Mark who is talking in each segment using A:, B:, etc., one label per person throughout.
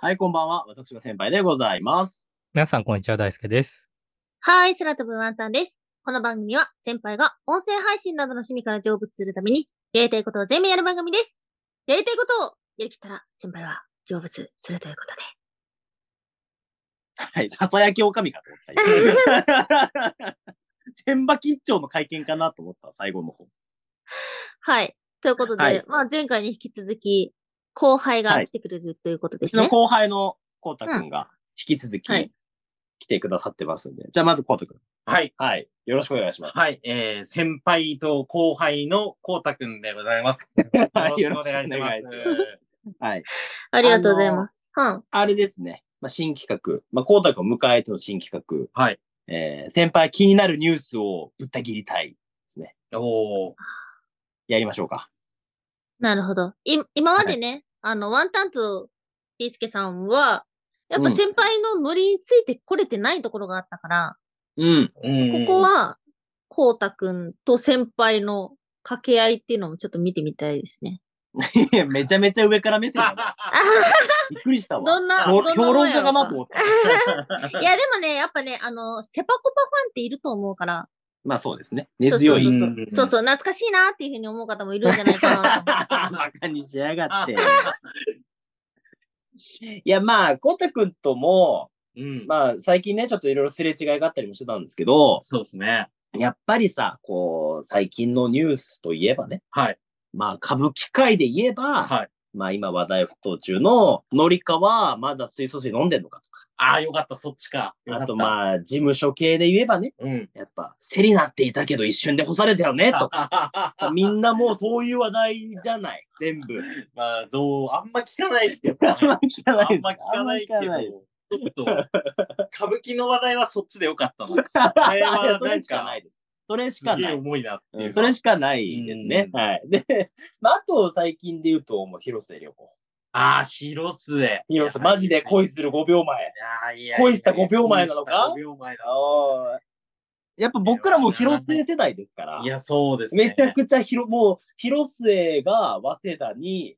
A: はい、こんばんは。私が先輩でございます。
B: 皆さん、こんにちは。大輔です。
C: はい、空飛ぶワンタンです。この番組は先輩が音声配信などの趣味から成仏するために、やりたいことを全部やる番組です。やりたいことをやりきったら先輩は成仏するということで。
A: はい、ささやきおかみかと思った今。 千葉吉兆の会見かなと思った、最後の方。
C: はい。ということで、
A: はい
C: まあ前回に引き続き、後輩が
A: はい
C: 来てくれるということ
A: う
C: で
A: ち
C: すね。
A: の後輩のこうたくんが引き続き、
C: はい
A: 来てくださってますんで。じゃあ、まずこうたくん。
D: はい。
A: はい。よろしくお願いします。
D: はい。えー、先輩と後輩のこうたくんでございます。
A: はい
D: よろしくお願いします
A: よろしくお願い。はい。
C: ありがとうございます。うん。
A: あれですね。まあ、新企画。まあ、こうたくんを迎えての新企画。
D: はい。
A: えー、先輩気になるニュースをぶった切りたいですね。
D: おー。
A: やりましょうか。
C: なるほど。い、今までね、あの、ワンタンとディスケさんは、やっぱ
A: うん
C: 先輩のノリについてこれてないところがあったから、
A: うん。
D: うん
C: ここ、 は、こうたくんと先輩の掛け合いっていうのもちょっと見てみたいですね。
A: いやめちゃめちゃ上から目線だな。びっくりした わ。
C: どんな、ど
A: 評
C: んな
A: 評
C: もん
A: 論
C: や
A: 家
C: ろ
A: か
C: う
A: な
C: か
A: と。思った。
C: いや、でもね、やっぱね、あの、セパコパファンっていると思うから、
A: まあそうですね。根強い。
C: そう
A: バ
C: そうそう
D: うん
C: そうそうそう、懐かしいなっていうふうに思う方もいるんじゃないかなと思う。
A: カにしやがって。いやまあ、コウタくんとも、
D: うん。
A: まあ最近ね、ちょっといろいろすれ違いがあったりもしてたんですけど、
D: そうですね。
A: やっぱりさ、こう、最近のニュースといえばね、
D: はい。
A: まあ歌舞伎界で言えば、
D: はい。
A: まあ今話題沸騰中の、のりかはまだ水素水飲んでんのかとか、
D: ああ、よかった、そっちか。よかった
A: あとまあ事務所系で言えばね、
D: うん。
A: やっぱセリナっていたけど一瞬で干されたよね、とか。みんなもうそういう話題じゃない。全部。
D: まあ、どう、あんま聞かないけど、
A: あんま聞かない
D: あ
A: で
D: ん
A: す。
D: ま聞かないけ
A: あ
D: ど
A: んま聞かないです。、
D: ちょっと、歌舞伎の話題はそっちでよかったな。
A: あ
D: れはなんか
A: それしかないです。それしか
D: すげ
A: な
D: え
A: い。
D: 重いなっていうう。
A: んそれしかないですね。
D: うん
A: はい。で、まあ、あと最近で言うと、もう広末涼子。
D: ああ、広末。
A: 広末、マジで恋する5秒前。恋した5秒前なのか
D: ?5 秒前だ。
A: あーやっぱ僕らも広末世代ですから
D: い。や、そうですね。
A: めちゃくちゃ広、もう、広末が早稲田に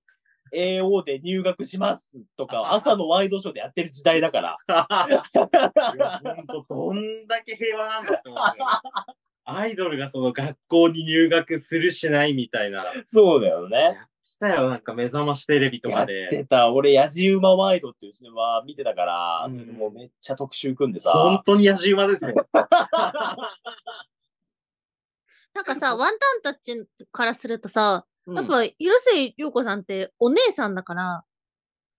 A: AO で入学しますとか、朝のワイドショーでやってる時代だから。
D: いやほんとどんだけ平和なんだって思うよね。アイドルがその学校に入学するしないみたいな。
A: そうだよね。
D: したよ、なんか目覚ましテレビと
A: や
D: か
A: って
D: で。
A: た。俺、ヤジウマワイドっていうシネマ見てたから、
D: うん
A: それもうめっちゃ特集組んでさ。
D: 本当に野じ馬ですね。
C: なんかさ、ワンタンたちからするとさ、
A: うん
C: やっぱ、広瀬涼子さんってお姉さんだから、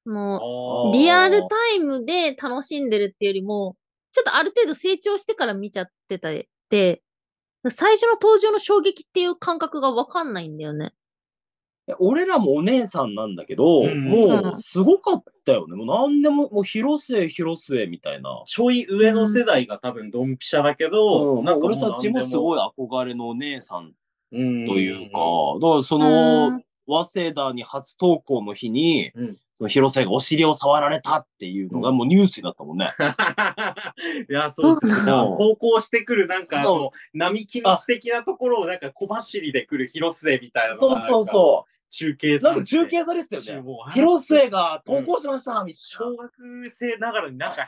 C: もう、
D: おー
C: リアルタイムで楽しんでるっていうよりも、ちょっとある程度成長してから見ちゃってたって、最初の登場の衝撃っていう感覚がわかんないんだよね。
A: 俺らもお姉さんなんだけど、
D: うん
A: もうすごかったよね。もう何でも、もう広末、広末みたいな。
D: ちょい上の世代が多分ドンピシャだけど、
A: うん
D: なんか
A: 俺たちもす
D: い
A: ごい憧れのお姉さん
D: と
A: と
D: い
A: いうか、だからその、早稲田に初登校の日に、
D: うん
A: その広末がお尻を触られたっていうのがもうニュースになったもんね。
D: いや、そうですね。
A: うん
D: 高校してくる、なんか、あ
A: そう
D: の、並木道的なところを、なんか、小走りで来る広末みたいなのが。
A: そうそうそう
D: 中継
A: う。なんか中継されてたよね。広末が投稿しました、みたい
D: 小学生ながらにな んか、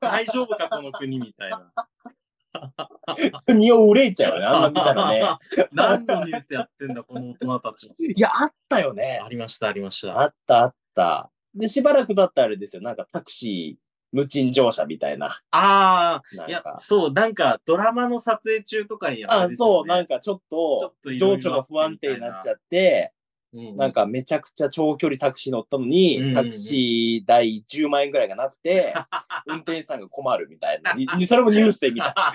D: 大丈夫か、この国みたいな。
A: な。身を憂いちゃうよね、 あんな見たらね。
D: 何のニュースやってんだ、この大人たち。
A: いや、あったよね
D: あ。りました、ありました。
A: あった、あった。で、しばらくだったらあれですよ、なんかタクシー無賃乗車みたいな。
D: あ
A: な
D: あ、
A: ん
D: いや
A: か、。
D: そう、なんか、ドラマの撮影中とかに
A: あ
D: れです
A: そ
D: よ
A: う、
D: ね
A: なんかちょっ
D: ちょ
A: と
D: っといろいろ
A: 情緒が不安定になっちゃって、
D: うん
A: なんかめちゃくちゃ長距離タクシー乗ったのに、
D: うん
A: タクシー代10万円ぐらいがなく て、運転手さんが困るみたいな。にそれもニュースで見た。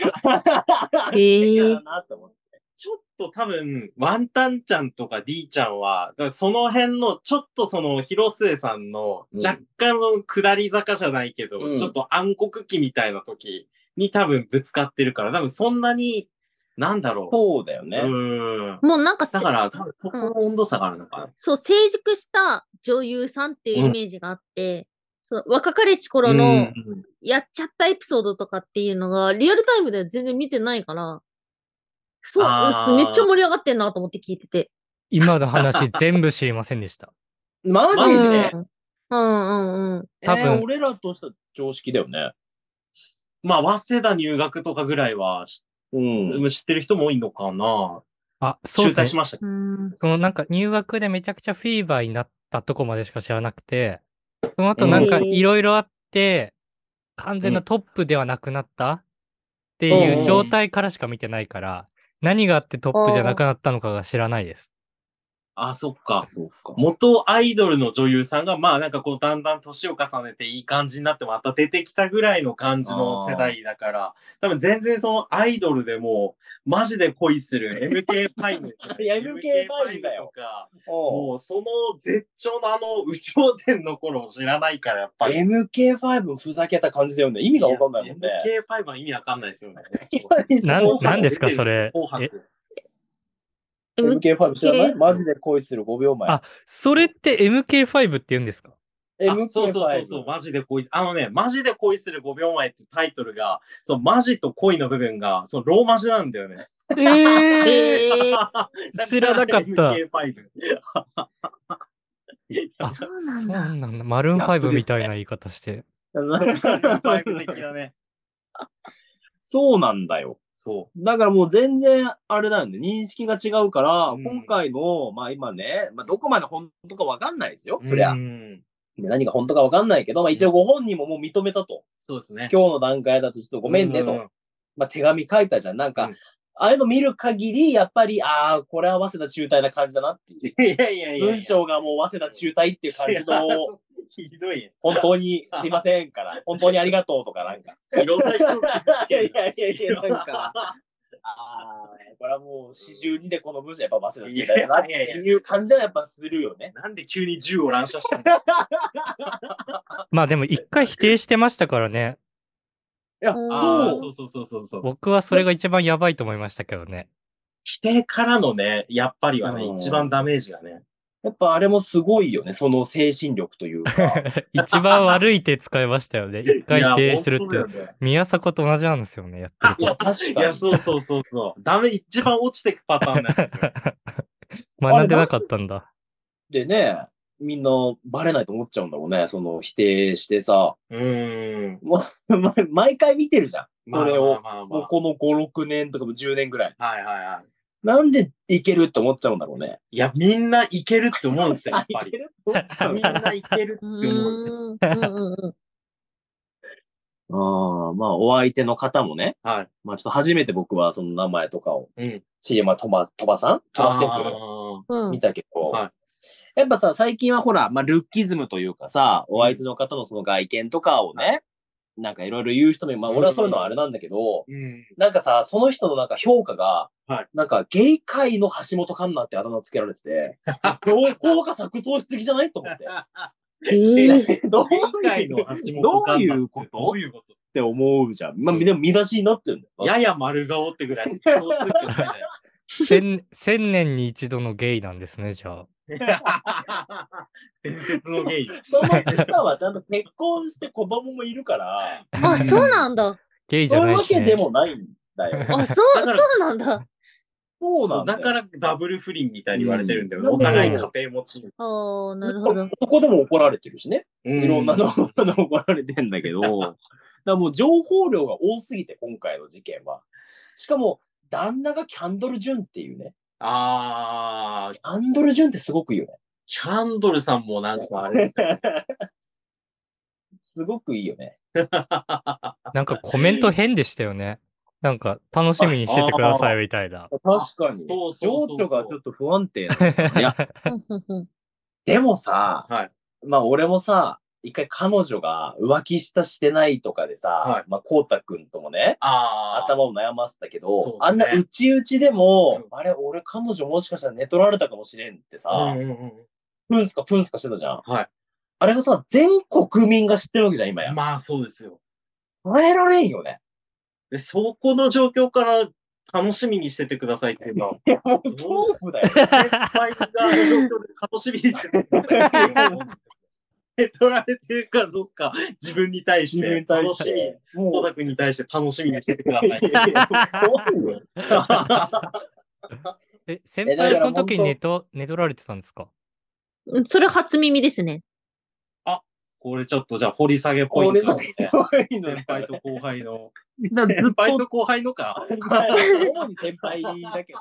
C: へ
A: いや
C: ー
A: だなと思って
D: ちょっと多分、ワンタンちゃんとか D ちゃんは、だからその辺の、ちょっとその、広末さんの、
A: うん
D: 若干その、下り坂じゃないけど、
A: うん
D: ちょっと暗黒期みたいな時に多分ぶつかってるから、多分そんなに、なんだろ
A: そうだよ
D: う。
A: ね。
D: うん。
C: もうなんかせ
D: だから、多分そこの温度差があるのかな。
C: そう、成熟した女優さんっていうイメージがあって、そう若かりし頃の
D: うん
C: やっちゃったエピソードとかっていうのが、リアルタイムでは全然見てないから、そう
D: あー
C: めっちゃ盛り上がってんなと思って聞いてて。
B: 今の話、全部知りませんでした。
A: マジで、
C: うんうんうんうん。
B: 多分
A: えー俺らとしたら常識だよね。
D: まあ、早稲田入学とかぐらいは知
A: うん。
D: 知ってる人も多いのかな。
B: あ、そう
D: 中
B: です
D: 退
B: ね
D: し。ましたっけ。
C: うん。
B: そのなんか入学でめちゃくちゃフィーバーになったとこまでしか知らなくて、その後なんか
C: うん
B: いろいろあって、完全なトップではなくなったっていう状態からしか見てないから、何があってトップじゃなくなったのかが知らないです。
D: あ、そっか。
A: そうか。
D: 元アイドルの女優さんが、まあなんかこう、だんだん年を重ねていい感じになってまた出てきたぐらいの感じの世代だから、多分全然そのアイドルでもう、マジで恋する MK5 ですね。
A: い や MK5 だよ
D: とか。
A: おう
D: もうその絶頂のあの、有頂天の頃を知らないから、やっぱり。
A: MK5 ふざけた感じだよね。意味がわかんないもんね。
D: いや MK5 は意味わかんないですよね。
B: な
A: そ
B: ん
A: う
B: なんですか、それ。
D: 紅白
B: え、
C: MK
A: MK5 知らないマジで恋する5秒前。
B: あそれって MK5 って言うんです か
D: あ
A: MK5。
D: そうそうそう そう、マジで恋、あのね、マジで恋する5秒前ってタイトルが、そのマジと恋の部分が、そのローマ字なんだよね。
B: ええ
C: えー
B: 知らなかった
D: MK5。
B: あ
C: そうなん
B: そう
C: だ。
B: なんだ。マルーン
A: やっと
B: 5
A: ですね
B: みたいな言い方して。
D: 5的だね。
A: そうなんだよ。
D: そ
A: だからもう全然あれだよね。認識が違うから、
D: うん
A: 今回の、まあ今ね、まあどこまで本当かわかんないですよ。
D: う。
A: そりゃ
D: う。ん
A: で何が本当かわかんないけど、まあ一応ご本人ももう認めたと。
D: そうですね。
A: 今日の段階だとちょっとごめんねと。
D: うう
A: まあ手紙書いたじゃん。なんか、
D: うん
A: ああいうの見る限り、やっぱり、ああ、これは早稲田中退な感じだなっていう。
D: いやいやいや。
A: 文章がもう早稲田中退っていう感じ
D: いや
A: の、。
D: ひどいね。
A: 本当にすいませんから、本当にありがとうとかなんか。
D: いろんな人を
A: いやいやいやいや、なんか、ああ、これはもう四十二でこの文章やっぱ忘れてたよなっていう感じはやっぱするよね。
D: なんで急に銃を乱射したの
B: まあでも一回否定してましたからね。
A: いや、
C: うん
D: あー
A: そ。
D: そううそうそうそうそう。
B: 僕はそれが一番やばいと思いましたけどね。
D: 否定からのね、やっぱりはね、
A: うん
D: 一番ダメージがね。
A: やっぱあれもすごいよね、その精神力という か。
B: 一番悪い手使いました よね。一回否定するって。
D: て。
B: 宮迫と同じなんですよね、やってる
A: いや、確
D: い
A: か
D: や、
A: に。
D: そうそうそうそう。ダメ、一番落ちてくパターンだよ。
B: こと。学んでなかったんだ。
A: でね、みんなバレないと思っちゃうんだろうね、その否定してさ。
D: うーん。
A: ま毎回見てるじゃん、それを。
D: まあまあまあ
A: もうこの5、6年とかも10年ぐらい。
D: まあはいはいはい。
A: なんでいけるって思っちゃうんだろうね。
D: いや、みんないけるって思うんですよ、やっぱ
A: い け
D: り。
A: るって思っちゃう
D: みん
A: ね
D: ないけるって
C: う
D: 思
C: ん
D: う
C: うん
D: ですよ。
C: んうんうん。
A: ああ、まあ、お相手の方もね、
D: はい。
A: まあ、ちょっと初めて僕はその名前とかを、
D: うん。
A: 知り合い、まあ、鳥羽、鳥羽さん鳥羽セブ
D: あ
C: うん
A: 見たけど、
D: はい
A: やっぱさ、最近はほら、まあ、ルッキズムというかさ、お相手の方のその外見とかをね、なんかいろいろ言う人も、まあ、俺はそういうのはあれなんだけど、
D: ーうん。
A: なんかさ、その人のなんか評価が、
D: はい
A: なんか、ゲイ界の橋本環奈ってあだ名つけられてて、情報が錯綜しすぎじゃないと思 って。
C: ええ
A: どう
D: 今
A: い
D: 回
A: う
D: の
A: っ
D: 橋本
A: どう
D: 環奈
A: いうこと
D: どういうこと
A: て思うじゃん。まあ、でも見出しになってるんだよ。
D: やや丸顔ってぐらい。共通点ないね
B: 千千年に一度のゲイなんですね、じゃあ。
D: 伝説のゲイ。
A: その方はちゃんと結婚して子供もいるから、
C: あ、そうなんだ。
B: ゲイじ
A: そう
B: ゃ
A: いう
B: ない
A: わ
B: し、
A: け
B: ね。
A: でもないんだよ。
C: あ、そう、
D: だ
C: そ
D: から
C: うなんだ。
A: そうなんだ
D: だ
A: よ。
D: からダブル不倫みたいに言われてるんだよね。
A: うん
D: お互い家庭持ち。
C: あー、なるほ ど。
A: そこでも怒られてるしね。い
D: い
A: ろんなの 怒られてんだけど、だからもう情報量が多すぎて、今回の事件は。しかも、旦那がキャンドル・ジュンっていうね。
D: あー
A: キ、ャンドル・ジュンってすごくいいよね。
D: キャンドルさんもなんかあれ ですね。
A: すごくいいよね。
B: なんかコメント変でしたよね。なんか楽しみにしててくださいみたいな。
A: 確かに。
D: そうそうそうそう
A: 情緒がちょっと不安定なの かな。いや、
C: うんうんうん
A: でもさ、
D: はい。
A: まあ俺もさ、一回彼女が浮気したしてないとかでさ、
D: はい
A: まあこうたくんともね、
D: あー。
A: 頭を悩ませたけど、
D: そうっ
A: あ
D: す
A: ん
D: ね
A: なうちうちでも、
D: う
A: あれ俺彼女もしかしたら寝取られたかもしれんってさ
D: うん、うんう
A: プンスカプンスカしてたじゃん。
D: はい
A: あれがさ、全国民が知ってるわけじゃん、今や
D: ん。。まあそうですよ。
A: 耐えられんよね。
D: で、そこの状況から楽しみにしててくださいっていうのは、
A: いや、もう恐怖だよ。
D: 先輩があの状況で楽しみにしててくださいっていうのをえ取られてるかどうか、自分に対し
A: 自
D: て、
A: 分に対し
D: 楽み
A: て。 も
D: に、小
A: う、
D: 田君に対して楽しみにしててくだ
A: い
D: さ
A: や
D: い
A: い。やいや怖いよ。
B: え、先
A: えだ
B: 輩
A: から
B: はその時
A: 本当
B: に寝と寝取られてたんですか
C: うんそれ初耳ですね。
D: あ、これちょっとじゃあ掘り下げポイントですね。
A: いいの
D: 先
A: ね
D: 輩と後輩の。
A: なずっと
D: 先輩と後輩の か。
A: 主に先輩だけど。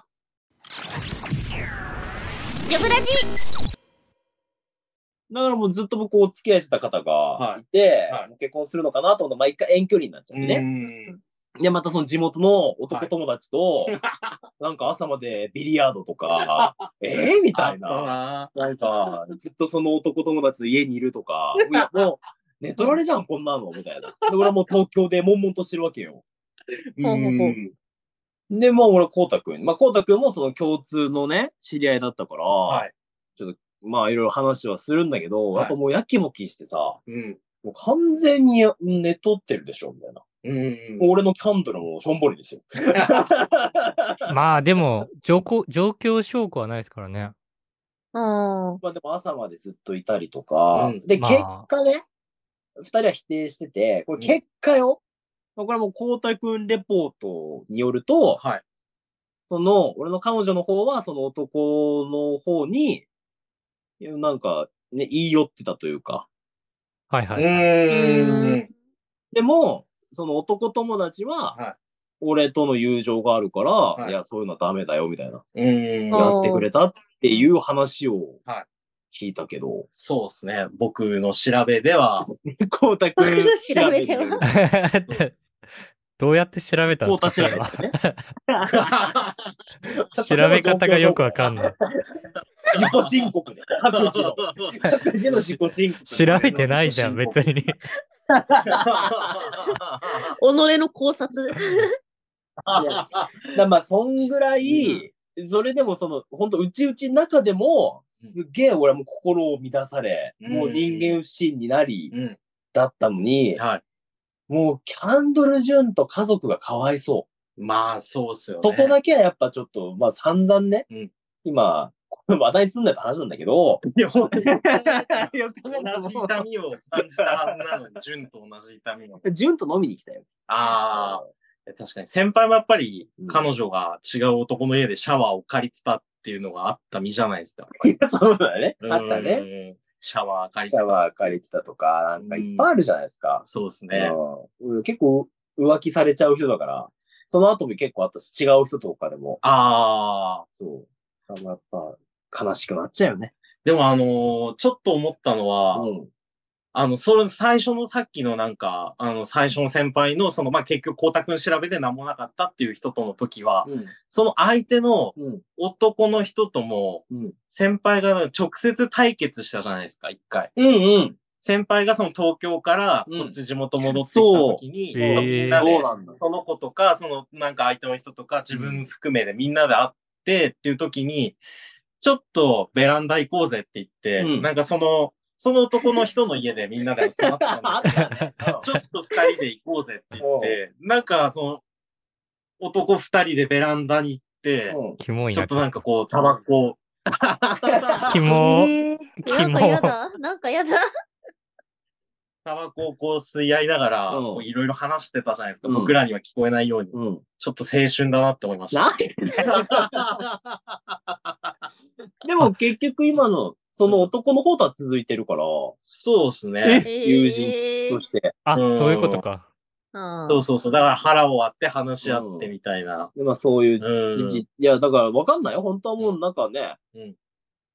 C: ジョブラジ
A: だからもうずっと僕お付き合いしてた方がいて、
D: はいはい
A: もう結婚するのかなと思ったら毎回遠距離になっちゃってね。
D: ね。
A: で、またその地元の男友達 と、なんか朝までビリヤードと か、えーみ
D: あ
A: た
D: っ
A: い
D: た
A: な。
D: な。
A: なんか、ずっとその男友達の家にいると か、いや、もう、寝取られじゃん、こんなの、みたいな。で、俺はもう東京で悶々としてるわけよ。
C: ほうほうほう
D: うん
A: で、もう俺、こうたくん。まあ、こうたくんもその共通のね、知り合いだったから、
D: はい。
A: まあ、いろいろ話はするんだけど、
D: はい
A: やっぱもうやきもきしてさ、
D: うん。
A: もう完全に寝取ってるでしょ、みたいな。
D: うん。
A: 俺のキャンドルもしょんぼりですよ。
B: まあでも、状況、状況証拠はないですからね。
C: オ。
A: まあでも朝までずっといたりとか、
D: うん
A: で、
B: ま
A: 結
B: あ
A: 果ね、二人は否定してて、これ結果よ、まあこれはもう光太くんレポートによると、
D: はい。
A: その、俺の彼女の方は、その男の方に、いやなんか、ね、言い寄ってたというか。
B: はいは
D: う
B: いはい。
D: ーん。
A: でも、その男友達は、
D: はい
A: 俺との友情があるから、
D: い
A: い、や、そういうのはダメだよ、みたいな。
D: うん
C: あー
A: やってくれたっていう話を
D: はい
A: 聞いたけ ど、
D: そうですね。僕の調べでは、
A: 光太く
C: 僕
A: ん
C: の調べでは
A: 調
B: どうやって調べたん
A: コー
B: で
A: タ
B: す
A: 調
B: か
A: べ
B: それは
A: ですね。
B: 調べ方がよくわかんない。
A: 自己申告で。各自の。各自の 自己申 告。
B: 調べてないじゃん、別
A: に。
B: に。
C: 己の考察。
A: だからまあ、そんぐらい、それでもその、本当うちうちの中でも、すげえ俺はもう心を乱され、
D: うん
A: もう人間不信になり、
D: うん。
A: だったのに、
D: はい。
A: もうキャンドル・ジュンと家族がかわいそ
D: まあ、そうっすよ
A: う。
D: ね。
A: そこだけはやっぱちょっと、まあ散々ね、
D: うん
A: 今、 これ話題にすんな よって話なんだけど、
D: いや本当に
A: よく考えたら
D: 同じ痛みを感じたはずなのに、純と同じ痛みを。
A: ジュンと飲みに来たよ。
D: ああ、確かに先輩もやっぱり彼女が違う男の家でシャワーを借りてたっていうのがあった身じゃないですか。
A: そうだね。あったね。
D: ね。シャワー借
A: シ
D: りて
A: ャ
D: た。
A: ワー借りてたとか、なんかいっぱいあるじゃないですか。
D: そうですね。
A: うん結構浮気されちゃう人だから、その後も結構あったし、違う人とかでも、
D: ああ、
A: そう。あのやっぱ悲しくなっちゃうよね。
D: でもあのーちょっと思ったのは、
A: うん。
D: あの、それ、最初のさっきのなんか、あの、最初の先輩の、その、まあ、結局、光太くん調べで何もなかったっていう人との時は、
A: うん。
D: その相手の
A: うん。
D: 男の人とも、
A: うん。
D: 先輩が直接対決したじゃないですか、一回。
A: うん。うん。
D: 先輩がその東京から
A: うん
D: こっち地元戻ってきた時に、
B: そう
D: そう
B: へー
D: みんなで
A: そうなんだ
D: その子とか、そのなんか相手の人とか自分含めでみんなで会ってっていう時に、ちょっとベランダ行こうぜって言って、
A: うん
D: なんかその、その男の人の家でみんなで集まってたんだ
A: あ っ
D: けど
A: たね。
D: ちょっと二人で行こうぜって言って、なんかその、男二人でベランダに行って、
A: うん
B: キモい
D: ちょっ
B: な
D: と。なんかこう、タバコを。
B: キモ
C: えー
B: キ
C: なん
B: モ
C: かやだ。なんかやだ。
D: タバコをこう吸い合いながら、
A: うん
D: こういろいろ話してたじゃないですか、
A: うん
D: 僕らには聞こえないように。
A: うん。
D: ちょっと青春だなって思いました。
A: なんででも結局今の、その男の方とは続いてるから、
D: そうですね。
A: 友
C: え
A: 人
C: ー
A: そして、
B: あ、
D: うん
B: そういうことか。
C: あ
D: そう
C: ー
D: そうそう。だから腹を割って話し合ってみたいな。
A: 今そういう
D: う、ん。
A: じいや、だからわかんないよ。本当はもうなんかね、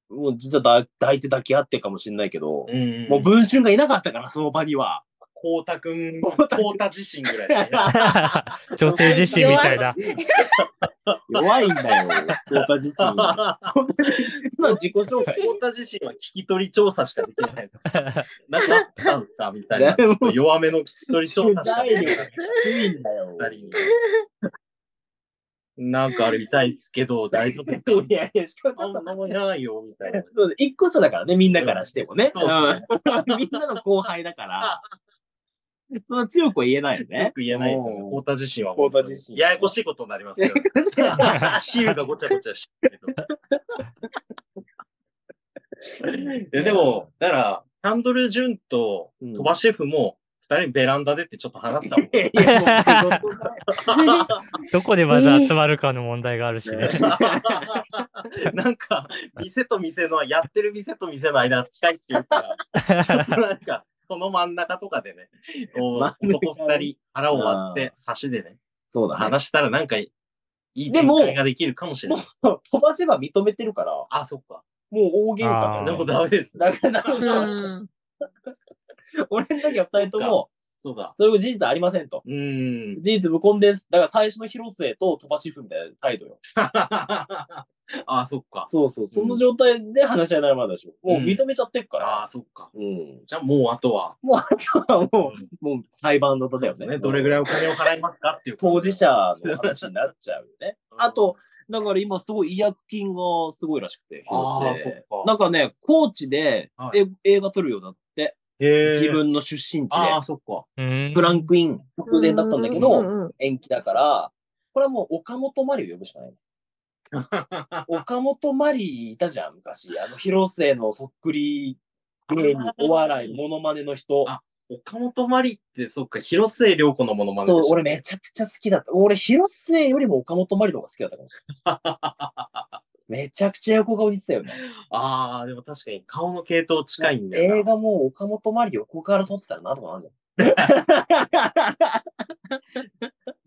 A: もう実は抱抱いて抱き合ってかもしれないけど、
D: うん
A: もう文春がいなかったから、その場に は。
D: こうたくん、
A: こ
D: こ
A: うたくん
D: うた自身ぐらいですね。
B: 女性自身みたいな。
A: 弱いんだよ、太田自 身が。今自己紹介。
D: 太田自身は聞き取り調査しかできない。なんかあったんすかみたいな。ちょっと弱めの聞き取り調査しかできない。
A: 低いんだよ。
D: 二 人になんかあれ痛いっすけど、大丈夫ですか
A: いやいや、しかもち
D: そ
A: ょ
D: ん
A: っ
D: な
A: と。
D: もんじゃないよ、みたいな。
A: そう一個だからね、みんなからしてもね。
D: うんそう
A: うん みんなの後輩だから、そんな強くは言えないよ
D: よ
A: ね。
D: く言えないですよね。
A: うん
D: 太田自身は。
A: 太田自身
D: ややこしいことになりますけど。 比喩がごちゃごちゃして るけど。でも、だから、キャンドル・ジュンと鳥羽シェフも、二人ベランダでってちょっと放ったも ん。
A: いやもう
B: どこでまず集まるかの問題があるしね。
D: なんか、店と店の、やってる店と店の間、近いっていうから、ちょっとなんか、その真ん中とかでね、お
A: 真ん中
D: 男二人腹を割って、差しでね、
A: そうだね。
D: 話したらなんかいい
A: で
D: 展
A: も
D: 開ができるかもしれ
A: も
D: ない。
A: う飛ばせば認めてるから、も
D: あ、そっか。
A: う大喧嘩だ
B: あー
D: で
A: ね
D: もダメです。
A: だから、だか
C: う
A: ら
C: ん。
A: 俺の時は二人とも、
D: そうだ。
A: それは事実ありませんと。
D: うーん。
A: 事実無根です。だから最初の広末と飛ばし夫婦みたいな態度よ。
D: あ、そっか。
A: そうそう。その状態で話し合いになるまででしょ。もう
D: うん
A: 認めちゃってるから。
D: あ、そっか。
A: うん。
D: じゃあもうあとは、
A: もう、あとはも
D: うん
A: う、もう裁判沙汰だ
D: そう
A: よ
D: です
A: ね。
D: ね。どれぐらいお金を払いますかっていう。
A: 当事者の話になっちゃうよね。
D: うん。
A: あと、だから今すごい違約金がすごいらしくて、
D: あー
A: 広末
D: そっか
A: なんかね、高知で、
D: は
A: え映画撮るようになって、
D: へー、
A: 自分の出身地
D: あ
A: で
D: あ、、そっか。
B: うん
A: ブランクイン直前だったんだけ
C: うんう
A: ど、
C: んうん
A: 延期だから、これはもう岡本まりを呼ぶしかない。岡本まりいたじゃん、昔。あの、広末のそっくり芸人、お笑い、モノマネの人。
D: あ岡本まりって、そっか、広末涼子のものまね
A: そう
D: でし、た
A: 俺めちゃくちゃ好きだった。俺、広末よりも岡本まりの方が好きだったかもしれない。めちゃくちゃ横顔似てたよね。
D: ああ、でも確かに顔の系統近いんだよな。
A: 映画も岡本まり横から撮ってたらなんとかなん じゃん。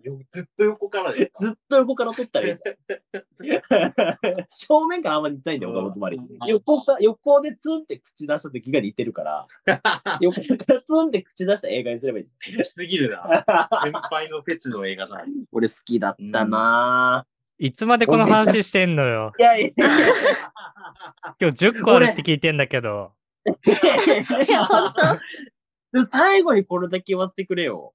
D: よずっと横からです。
A: ずっと横から撮ったらいいじゃん。正面からあんま似てないんだよ、岡本まり
D: うん。
A: 横か、横でツンって口出した時が似てるから、横からツンって口出した映画にすればいいじ
D: しすぎるな。
A: ゃん。
D: 先輩のフェチの映画じゃない。
A: 俺好きだったなぁ。
B: いつまでこの話してんのよ。
A: いやいやい
B: 今日10個あるって聞いてんだけど。
A: やい
C: いや、
A: や
C: 本当
A: 最後にこれだけ言わせてくれよ。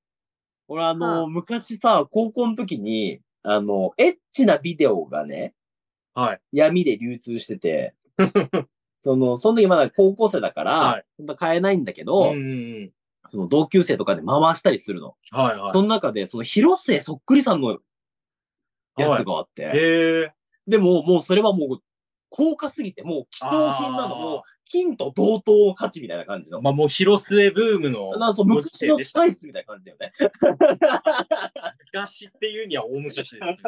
A: 俺あの、
C: はあ
A: 昔さ、高校の時に、あの、エッチなビデオがね、
D: はい。
A: 闇で流通してて、その、その時まだ高校生だから、
D: はい
A: 本当は買えないんだけ
D: うん
A: ど、
D: うん
A: その同級生とかで回したりするの。
D: うん。はいは
A: その中で、その広末そっくりさんの
D: い。
A: やつがあって、
D: はい。へえ。
A: でももうそれはもう、高価すぎて、もう貴重品なの、
D: あー
A: もう金と同等の価値みたいな感じの。
D: まあもう広末ブーム
A: なん
D: の
A: かそう、
D: ご時
A: 昔
D: 世
A: の
D: でし
A: ス
D: た
A: パ
D: ね。
A: イスみたいな感じだよね。
D: 昔っていうには大昔です。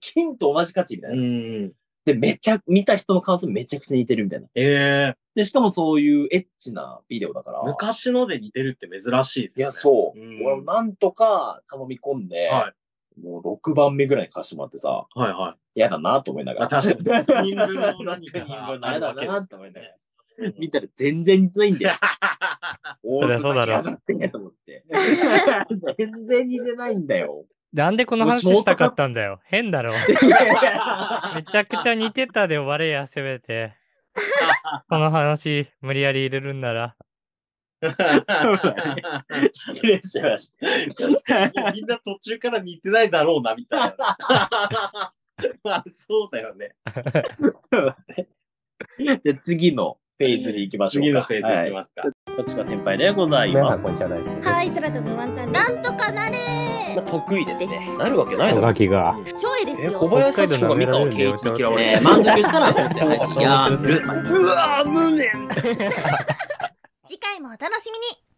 A: 金と同じ価値みたいな。
D: うん。
A: で、めちゃ、見た人の感想めちゃくちゃ似てるみたいな。
D: ええ。
A: で、しかもそういうエッチなビデオだから。
D: 昔ので似てるって珍しいです
A: い
D: よね。
A: や、そう。
D: うん
A: 俺もなんとか頼み込んで、
D: は
A: もう6番目ぐらいに貸してもらってさ、
D: い。はいはい。
A: 嫌だなと思いながら。
D: あ確 かに
A: 6
D: 6人分の何か
A: 人分
D: が
A: の
D: あ
A: 嫌
D: る
A: だ
D: わけ
A: な
D: です
A: と
D: か
A: 思
D: ら
A: いなが
D: ね
A: ら。見たら全然似てないんだよ。
B: そり
A: 大
B: ゃそうだろう
A: やがってと思って。全然似てないんだ よ。
B: なんでこの話したかったんだよ。変だろ。めちゃくちゃ似てたで終われや、せめて。 この話、無理やり入れるんなら。
A: 失礼しました。
D: みんな途中から似てないだろうな、みたいな。 まあ、そうだよね。
A: じゃあ次のフェーズに行きましょうか。
D: 次のフェーズいきますか。
A: す。はい、とちか先輩でございます。
E: んにちは大好き
C: はい、空飛ぶワンタンです。なんとかなれ
A: 得意です
C: で
A: ね
C: す。
A: なるわけないだろ。
E: きが
C: 不調絵です
E: え
C: よ。
E: 小林
B: 北海
E: 幸
B: 道
E: 子が
B: 舐め
E: 三
B: られ
E: 河
B: るんだ
E: 圭
B: よ
E: 一に嫌われ
A: えー、
E: る。
A: 満足した ら音声配信やる。
C: 次回もお楽しみに